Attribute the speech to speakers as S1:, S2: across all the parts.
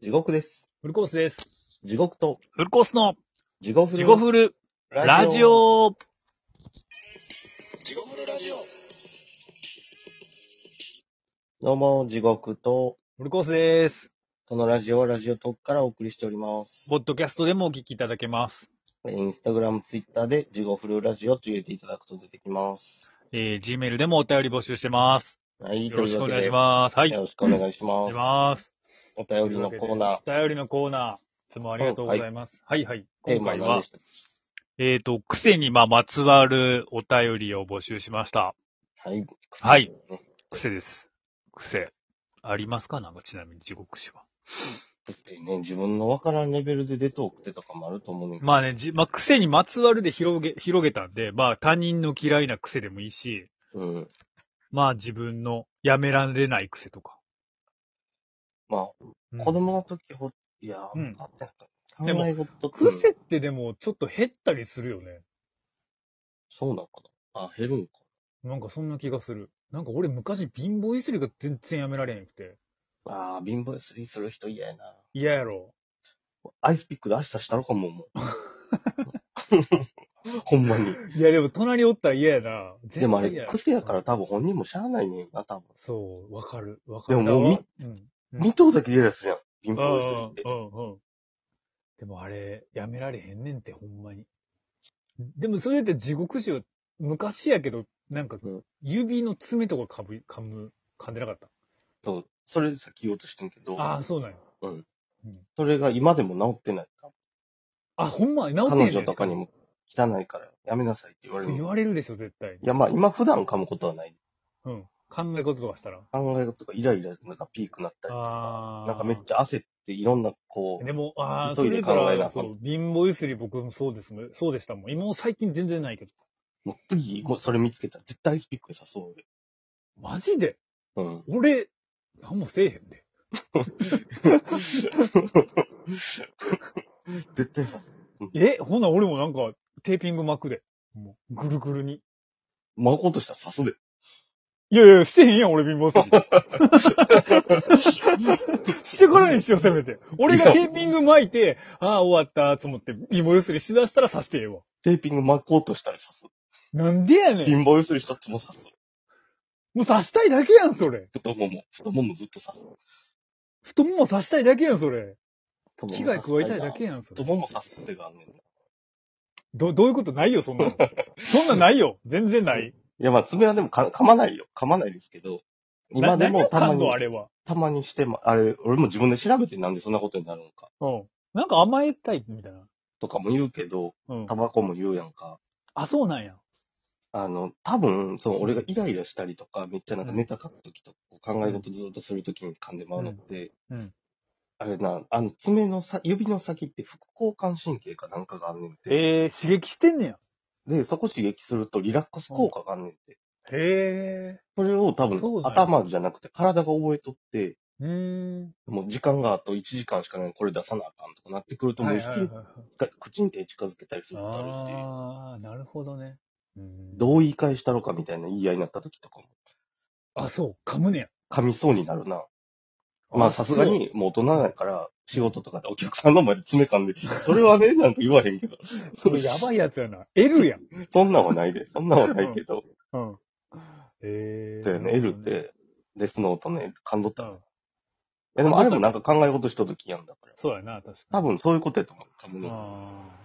S1: 地獄です。
S2: フルコースです。
S1: 地獄と、
S2: フルコースの、
S1: 地獄
S2: ジゴフル、ラジ。オ。
S1: 地獄ラジオ。どうも、地獄と、
S2: フルコースです。
S1: このラジオはラジオトークからお送りしております
S2: ポ。ッドキャストでもお聞きいただけます。
S1: インスタグラム、ツイッターで、地獄フルラジオと入れていただくと出てきます。
S2: えー、Gmail でもお便り募集してます。
S1: はい、
S2: よろしくお願いし
S1: す。
S2: ます。はい。
S1: よ
S2: お
S1: ろしくお願いし
S2: 願
S1: ま
S2: いし
S1: す。
S2: ます。
S1: お便りのコーナー、
S2: お便りのコーナー。いつもありがとうございます。はい、はい、
S1: テー
S2: 今
S1: マは何
S2: 回は
S1: で、したっ
S2: えっ、と、癖にまあまつわるお便りを募集しました。
S1: けはい。
S2: はい。癖です。癖。ありますかなんかちなみに地獄師は。
S1: ね、自分のわからんレベルで出ておくてとかもあると思うねんけど
S2: まあね、じ、まあ癖にまつわるで広げ、広げたんで、まあ他人の嫌いな癖でもいいし、
S1: うん。
S2: まあ自分のやめられない癖とか。
S1: ま
S2: うん
S1: あ、子供の時ほ、いや、
S2: うん
S1: あったやった。考
S2: でも
S1: え事って
S2: 癖ってでもちょっと減ったりするよね。
S1: そうなのかなあ、減るんか。
S2: なんかそんな気がする。なんか俺昔貧乏ゆすりが全然やめられへんくて。
S1: ああ、貧乏ゆすりする人嫌やな。
S2: 嫌やろ。
S1: アイスピックで足足したろかも、 もう。ほんまに。
S2: いやでも隣おったら嫌やな。全
S1: でもあ
S2: 然嫌
S1: れ
S2: や、
S1: 癖やから多分本人もしゃあないねんな、多分。
S2: そう、わかる。わかる。
S1: でももうみ
S2: うん。うん
S1: 見とうだけイライラするやん。貧
S2: うん
S1: 乏ゆすりって。
S2: うんうんうん。でもあれ、やめられへんねんって、ほんまに。でもそれって地獄師は昔やけど、なんか
S1: うん、
S2: 指の爪とか噛む、噛む、噛んでなかった。
S1: そう。それさっき言おうとしてんけど、
S2: ああ、そうなんや。
S1: うん
S2: うん。
S1: それが今でも治ってない。
S2: あ、ほんまや、直せへん
S1: 彼
S2: ねん
S1: 女とかにも汚いからやめなさいって言われる。い
S2: 言われるでしょ、絶対。
S1: や、まあ今普段噛むことはない。
S2: うん。考え事とかしたら。
S1: 考えとかイライラなんかピークなったりとか、
S2: ああ。
S1: なんかめっちゃ焦っていろんなこう、
S2: でも、ああ、
S1: 急いで考えな
S2: それから
S1: あか
S2: そ
S1: ん
S2: う、貧乏ゆすり僕もそうですもん、そうでしたもん。今も最近全然ないけど。
S1: もう次もうそれ見つけたら絶対アイスピックで誘う
S2: マジで
S1: 俺。うん。
S2: 俺、なんもせえへんで。
S1: 絶対さす。
S2: え、ほな俺もなんか、テーピング巻くで。もう、ぐるぐるに。
S1: 巻こうとしたらさすで。
S2: いやいや、してへんやん、俺貧乏ゆ す り。してからにしよう、せめて。俺がテーピング巻いて、ああ、終わった、と思って、貧乏ゆすりしだしたら刺してええわ。
S1: テーピング巻こうとしたらさす。
S2: なんでやねん。
S1: 貧乏ゆすり一つもさす。
S2: もう刺したいだけやん、それ。
S1: 太もも。太ももずっとさす。
S2: 太もも刺したいだけやん、それ。危害加えたいだけ
S1: や。
S2: やん、そ
S1: 太
S2: れ。
S1: ももさすってがあんねんな。い
S2: ど、どういうことないよ、そ んなの。そんなんないよ。全然ない。
S1: や、まあ爪はでもか噛まないよ。噛まないですけど。今
S2: な
S1: でも
S2: 何
S1: た
S2: が
S1: ま
S2: 感動、あ
S1: に、
S2: れは。
S1: たまにしてま、あれ、俺も自分で調べてなんでそんなことになるのか。
S2: うん。なんか甘えたい、みたいな。
S1: とかも言うけど、
S2: うん
S1: タ。バコも言うやんか。
S2: あ、そうなんや。
S1: あの、多分、その俺がイライラしたりとか、めっちゃなんかネタ書くときとか、考え事ずっとするときに噛んでまうのって、
S2: うんうん
S1: あれな、あの、爪のさ、指の先って副交感神経かなんかがあんねんて。
S2: ええ刺激してんねや。
S1: で、そこ刺激するとリラックス効果があんねんて。
S2: へえ。
S1: それを多
S2: そうなん
S1: 分、
S2: や
S1: 頭じゃなくて体が覚えとって、
S2: うーん。
S1: もう時間があと1時間しかないこれ出さなあかんとかなってくると、もう意識
S2: はい。
S1: が口に手近づけたりすることあるし、
S2: ああ、なるほどね。うん
S1: どう言い返したろかみたいな言い合いになったときとかも、
S2: あ、そう、噛むねや。
S1: 噛みそうになるな。まあさすがに、もう大人だから、仕事とかでお客さんの前で詰め噛んで、それはね、なんか言わへんけど。
S2: そう。それやばいやつやな。L やん。
S1: そんなんはないで、そんなんはないけど。
S2: うん。ええ
S1: だよね、L っ。て、デスノートの L、噛んどっ
S2: う
S1: たね。
S2: ん
S1: い。やでもあれもなんか考え事した時やんだから。
S2: そうやな、確かに。
S1: 多分そういうことやと思う、噛むの。
S2: うん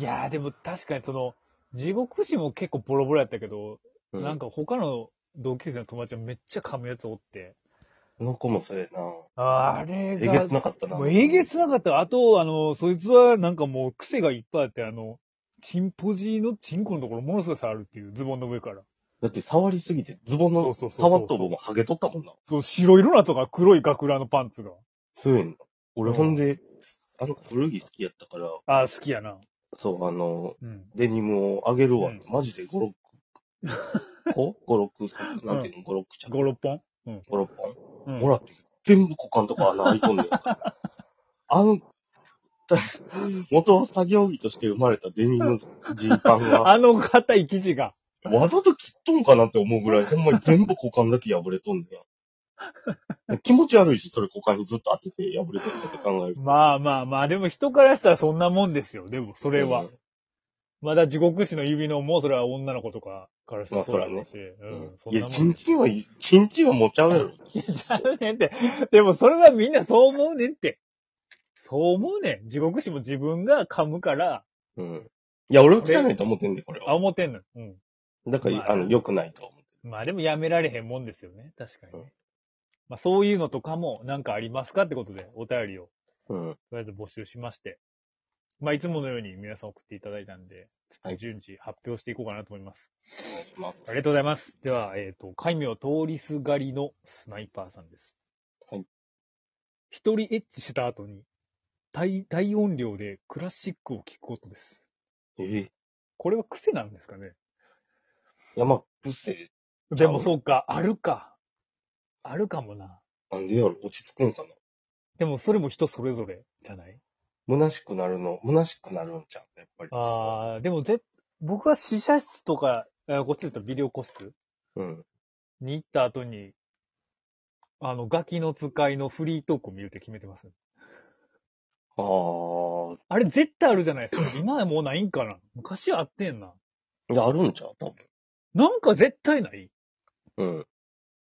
S2: いやーでも確かにその、地獄師も結構ボロボロやったけど、
S1: う
S2: なん、か他の同級生の友達はめっちゃ噛むやつおって。
S1: あの子もそうやな。
S2: あれ
S1: え
S2: が。
S1: げつなかったな。
S2: もうえげつなかった。あと、あの、そいつはなんかもう癖がいっぱいあって、あの、チンポジのチンコのところものすごい触るっていう、ズボンの上から。
S1: だって触りすぎて、ズボンの、
S2: そうそうそうそう
S1: 触っとう部分ハゲとったもんな。
S2: そう、白色なとか黒い学ランのパンツが。
S1: そうやんな。俺
S2: うん
S1: ほんで、あの子古着好きやったから、
S2: あー好きやな。
S1: そう、あの、
S2: うん。
S1: デニムをあげるわ。
S2: うん
S1: マ ジで5、6個 ?5、6、なんていうの ?5、6着。
S2: 5、6本うん。
S1: 5、6本。
S2: うん
S1: もらって、全部股間とか穴開いとんねんから。あの、 た元は作業着として生まれたデニムのジーパン が、
S2: あの硬い生地が。
S1: わざと切っとんかなって思うぐらい、ほんまに全部股間だけ破れとんねん。 気持ち悪いし、それ股間にずっと当てて破れてるって考えると。
S2: まあまあまあ、でも人からしたらそんなもんですよ。でも、それは。
S1: うん
S2: まだ地獄師の指の、もうそれは女の子とかからしたらそうだろうし。うん、そん
S1: いや、
S2: なもん。
S1: チンチンは、チンチンは持っちゃうやろ。
S2: ちゃうねんって。 でもそれはみんなそう思うねんって。そう思うねん。地獄師も自分が噛むから、
S1: うん。いや、俺は汚いと思ってんねん、これ
S2: あ、
S1: は。
S2: 思ってんの。うん。
S1: だから、
S2: まあ
S1: あの、良くないと思って。
S2: まあでもやめられへんもんですよね。確かに
S1: う
S2: ね。まあそういうのとかもなんかありますかってことで、お便りを
S1: うん。
S2: とりあえず募集しまして。まあいつものように皆さん送っていただいたんで、ちょっ
S1: は
S2: と
S1: い
S2: 順次発表していこうかなと思います。
S1: お願いします。
S2: ありがとうございます。では、えっ、と、海名通りすがりのスナイパーさんです。
S1: はい。
S2: 一人エッチした後に、大、大音量でクラシックを聴くことです。
S1: ええ
S2: これは癖なんですかね
S1: いや、まあ、くせ、
S2: でもそうか、あるか。あるかもな。
S1: なんでやろ、落ち着くんかな。
S2: でもそれも人それぞれじゃない
S1: 虚しくなるの、虚しくなるんちゃうやっぱり。
S2: ああ、でもぜ、僕は試写室とか、あこっちだったらビデオ個室
S1: うん。
S2: に行った後に、あの、ガキの使いのフリートークを見るって決めてます。
S1: ああ、
S2: あれ絶対あるじゃない ですか。今はもうないんかな。昔あってんな。
S1: いや、あるんちゃう多
S2: なんか絶対ない
S1: 分。うん。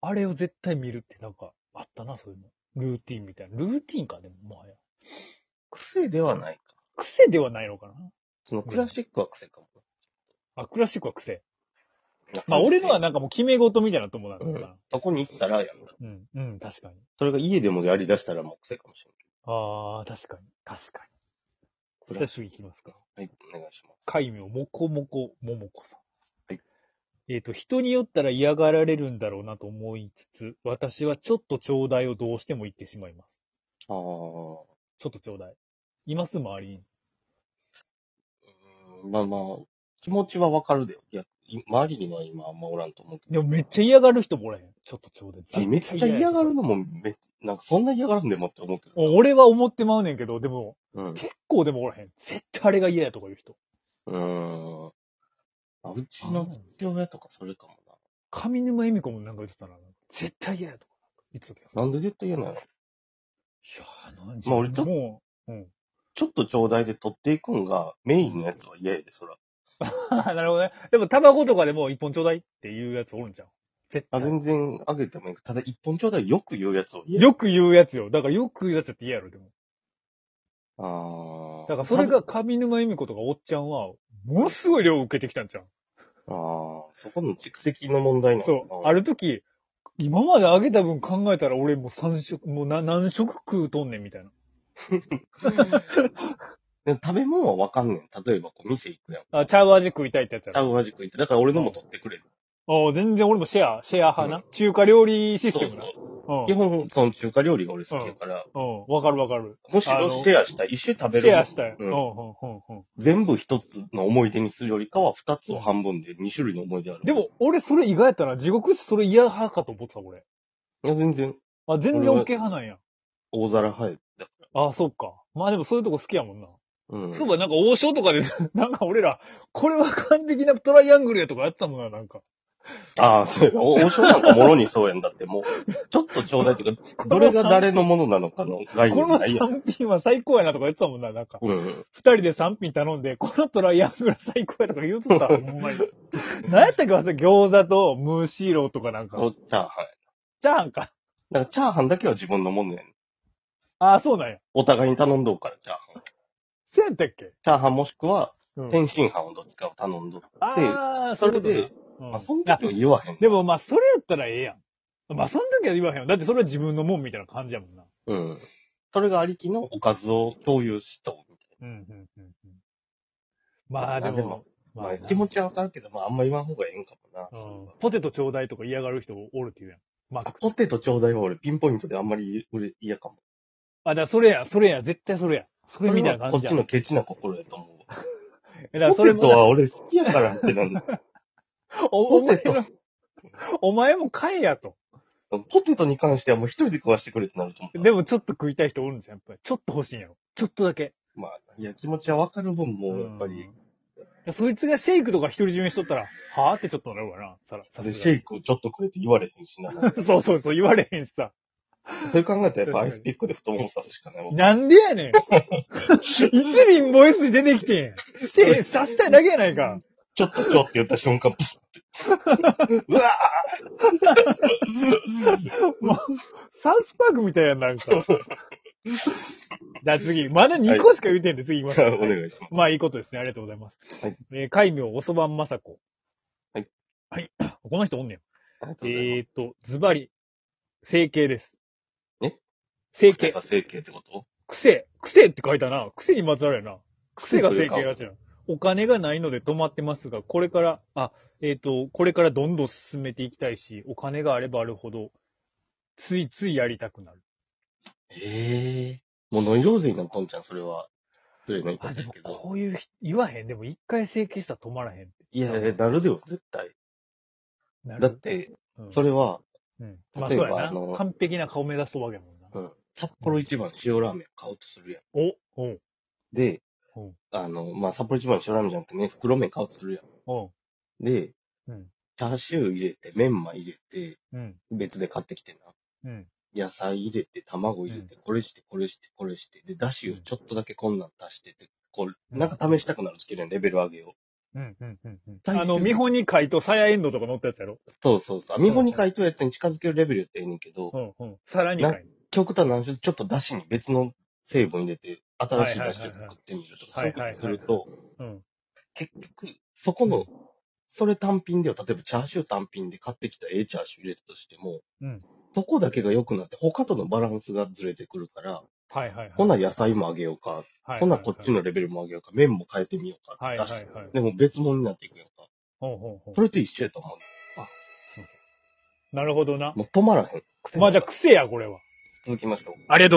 S2: あれを絶対見るってなんかあったな、そういうの。ルーティンみたいな。ルーティンか、でも、もはや。
S1: 癖ではないか。
S2: 癖ではないのかな。
S1: そのクラシックは癖かも。
S2: あ、クラシックは癖。
S1: いや
S2: まあ、俺のは、なんかもう決め事みたいなともな
S1: う
S2: の
S1: ん
S2: か。
S1: そこに行ったらやめろ。
S2: な。うん、うん、確かに。
S1: それが家でもやり出したらもう癖かもしれんけ
S2: ああ、確かに。確か
S1: ど。ク
S2: に。じゃ
S1: ラ
S2: あ
S1: シ
S2: 次行きますか。
S1: ック。はい、お願いします。
S2: 海名、もこもこももこさん。
S1: はい。
S2: えっ、と、人によったら嫌がられるんだろうなと思いつつ、私はちょっとちょうだいをどうしても言ってしまいます。
S1: ああ。
S2: ちょっとちょうだい。います周りに。
S1: うんまあまあ、気持ちはわかるで。いや、い周りには今あんまおらんと思うけ
S2: で
S1: ど。
S2: もめっちゃ嫌がる人もおらへん。ちょっとちょうだい。
S1: えめっちゃ嫌がるのもめ、なんかそんな嫌がるんでもって思うけど。
S2: 俺は思ってまうねんけど、でも、
S1: うん。
S2: 結構でもおらへん。絶対あれが嫌やとか言う人。
S1: うーん。あ、うちの父親とかそれかも
S2: 上沼恵美子もなんか言ってたな。絶対嫌やとか言ってた気がす
S1: な。なんで絶対嫌なの
S2: る。いやー、なんじゃ。
S1: まあ俺ちょっと
S2: もう、うん。
S1: ちょっとちょうだいで取っていくんが、メインのやつは嫌やで、そら。
S2: なるほどね。でも、タバコとかでも一本ちょうだいっていうやつおるんじゃん。絶
S1: あ、
S2: 対。
S1: 全然あげてもいい。ただ一本ちょうだいよく言うやつを嫌や。
S2: よく言うやつよ。だからよく言うやつって嫌やろ、でも。
S1: あー
S2: だからそれが。上沼恵美子とかおっちゃんは、ものすごい量を受けてきたんじゃん。
S1: あーそこの蓄積の問題なのかな
S2: そう。ある時、今まであげた分考えたら俺もう3食、もうな何食食うとんねんみたいな。
S1: でも食べ物はわかんねん。例えば、こう、店行くやん。
S2: あ、チャー味食いたいってやつやろ。
S1: 多分マジック行って。だから俺のも取ってくれる。
S2: あ全然俺もシェア、シェア派な。中華料理シ
S1: そ
S2: ステ
S1: う
S2: ム
S1: そ
S2: な。
S1: う。
S2: うん
S1: 基本、その中華料理が俺好きやから、
S2: うん。わかるわかる。
S1: むし
S2: あ
S1: ろ
S2: の
S1: シェアしたい。一緒に食べる。
S2: シェアしたい。う、
S1: うん
S2: うん、うん、うん。
S1: 全部一つの思い出にするよりかは、二つを半分で二種類の思い出ある。
S2: でも、俺それ意外やったな。地獄師それ嫌派かと思ってた、これ。
S1: いや、全然、
S2: あ、全然 OK 派なんや。
S1: 大皿入った。
S2: あ、そうか。まあでもそういうとこ好きやもんな。
S1: うん。
S2: そういえばなんか王将とかで、 なんか俺ら、これは完璧なトライアングルやとかやってたもんな、なんか。
S1: ああ、そうや。お王将なんかもろにそうやんだって、 もう、ちょっとちょうだいっていうか、どれが誰のものなのかの概
S2: こ
S1: 念
S2: の
S1: ないやん。
S2: 3品は最高やなとか言ってたもんな、なんか。
S1: うん。
S2: 二人で3品頼んで、このトライアングル最高やとか言う とった、ほんまに。何やったっけ忘れた餃子とムーシーローとかなんか
S1: そ。うチャーハン。
S2: チャーハンか。
S1: だから、チャーハンだけは自分のもんねん。
S2: ああ、そうなんや。
S1: お互いに頼んどうから、チャーハン。
S2: そうやったっけ
S1: チャーハンもしくは、
S2: うん
S1: 天津飯をどっちかを頼んどって、
S2: ああ、
S1: そ
S2: そうい
S1: れ
S2: うこと
S1: で、
S2: なうん
S1: まあ、その時は言わへん。
S2: でもまあ、それやったらええやん。まあ、その時は言わへんよ。だってそれは自分のもんみたいな感じやもんな。
S1: うん。それがありきのおかずを共有しとうみたい
S2: うん、うん、うん。うんまあ、で
S1: あで
S2: も
S1: も、な。まあ、
S2: な
S1: 気持ちはわかるけど、まあ、あんま言わん方がええんかもな。
S2: うんポテトちょうだいとか嫌がる人おるっていうやん。ま
S1: あ
S2: あ、
S1: ポテトちょうだいは俺、ピンポイントであんまり俺嫌かも。
S2: あ、だからそれや、それや、絶対それや。それみたいな感じや。
S1: こっちのケチな心やと思うわ。
S2: えだから
S1: ポ
S2: そ
S1: テ
S2: れ
S1: ト
S2: も、
S1: は俺好きやからってなんだ。
S2: おお
S1: ポテト
S2: 前の、お前も買えやと。
S1: ポテトに関してはもう一人で食わしてくれってなると思う。
S2: でもちょっと食いたい人おるんじゃん、やっぱり。ちょっと欲しいんやろ。ちょっとだけ。
S1: まあ、いや、気持ちはわかる分も、
S2: ん
S1: やっぱり、
S2: やそいつがシェイクとか独り占めしとったら、はぁってちょっとなるわな、さら、さ
S1: で、シェイクをちょっとくれって言われへんしな。 なんか
S2: ク。そうそうそう、言われへんしさ。
S1: そういう考えたらやっぱアイスピックで太もも刺すしかないもん。
S2: なんでやねん。いつ貧乏 S に出てきてん。してへん、刺 したいだけやないか。
S1: ちょっと今日って言った瞬間、プス って。うわ
S2: サウスパークみたいやん、な んか。じゃあ次、まだ2個しか言うてんで、次行きます
S1: ーお願いします。
S2: まあいいことですね。ありがとうございます。
S1: はい
S2: えー、戒名、おそばんまさこ。
S1: はい。
S2: はい。 この人おんねん。
S1: ありがとうござい
S2: えーっと、ズバリ、整形です。
S1: え
S2: 整
S1: ます。が。
S2: 形
S1: 整形ってこと
S2: 癖。癖って書いたな。癖にまつわるやな。癖が整形らしいな。お金がないので止まってますが、これから、あ、えっ、と、これからどんどん進めていきたいし、お金があればあるほど、ついついやりたくなる。
S1: ええもうノイローゼになるとんちゃん、それは。失礼な言い
S2: あ、
S1: 方
S2: で
S1: だ
S2: も
S1: けど。
S2: こういう人、言わへん。でも一回整形したら止まらへんって。
S1: いやいや、なるでよ、絶対。
S2: なる
S1: だっ、て、
S2: うん
S1: それは、
S2: うん。まあ
S1: 例え
S2: そ
S1: ば
S2: うやな
S1: あの。
S2: 完璧な顔目指すわけやもんな。
S1: うん、札幌一番塩ラーメン買おうとするやん。
S2: お、おう、
S1: で
S2: うん、
S1: あの、まあ、札幌一番塩ラーメンじゃなくてね、袋麺買おうとするや
S2: おう、
S1: ん。で、
S2: うん
S1: チャーシュー入れて、メンマ入れて、
S2: うん、
S1: 別で買ってきてな。
S2: うん、
S1: 野菜入れて、卵入れて、これして、これして、これして、で、だしをちょっとだけこんなん足してて、こう、なんか試したくなるつけるやん、レベル上げを。
S2: うん、うん、うんうん。
S1: 大して
S2: あの、見本に書いと、サヤエンドとか載ったやつやろ
S1: そうそうそう。見本に書いてるやつに近づけるレベルやってええねんけど、
S2: うん、うん。さらに書いて。
S1: 極端な話、ちょっと出汁に別の成分入れて、新しい出汁を作ってみるとか、
S2: は
S1: そうい
S2: いう
S1: こ
S2: はいはい
S1: とすると、
S2: うん、
S1: 結局、そこ
S2: う
S1: の
S2: ん、
S1: それ単品では、例えばチャーシュー単品で買ってきた A チャーシュー入れたとしても、
S2: うん。
S1: そこだけが良くなって、他とのバランスがずれてくるから、
S2: はいはいはい。
S1: ほな野菜もあげようか、
S2: はいはいはい、
S1: ほなこっちのレベルも上げようか、麺も変えてみようか
S2: は
S1: っ
S2: い
S1: て
S2: は
S1: 出
S2: い
S1: して、
S2: はい。
S1: でも別物になっていくやんか。
S2: ほうほうほう。
S1: それと一緒やと思う。
S2: すいませんなるほどな。
S1: もう止まらへん。癖
S2: まあじゃあ癖や、これは。
S1: 続きましょう。
S2: ありがとうございます。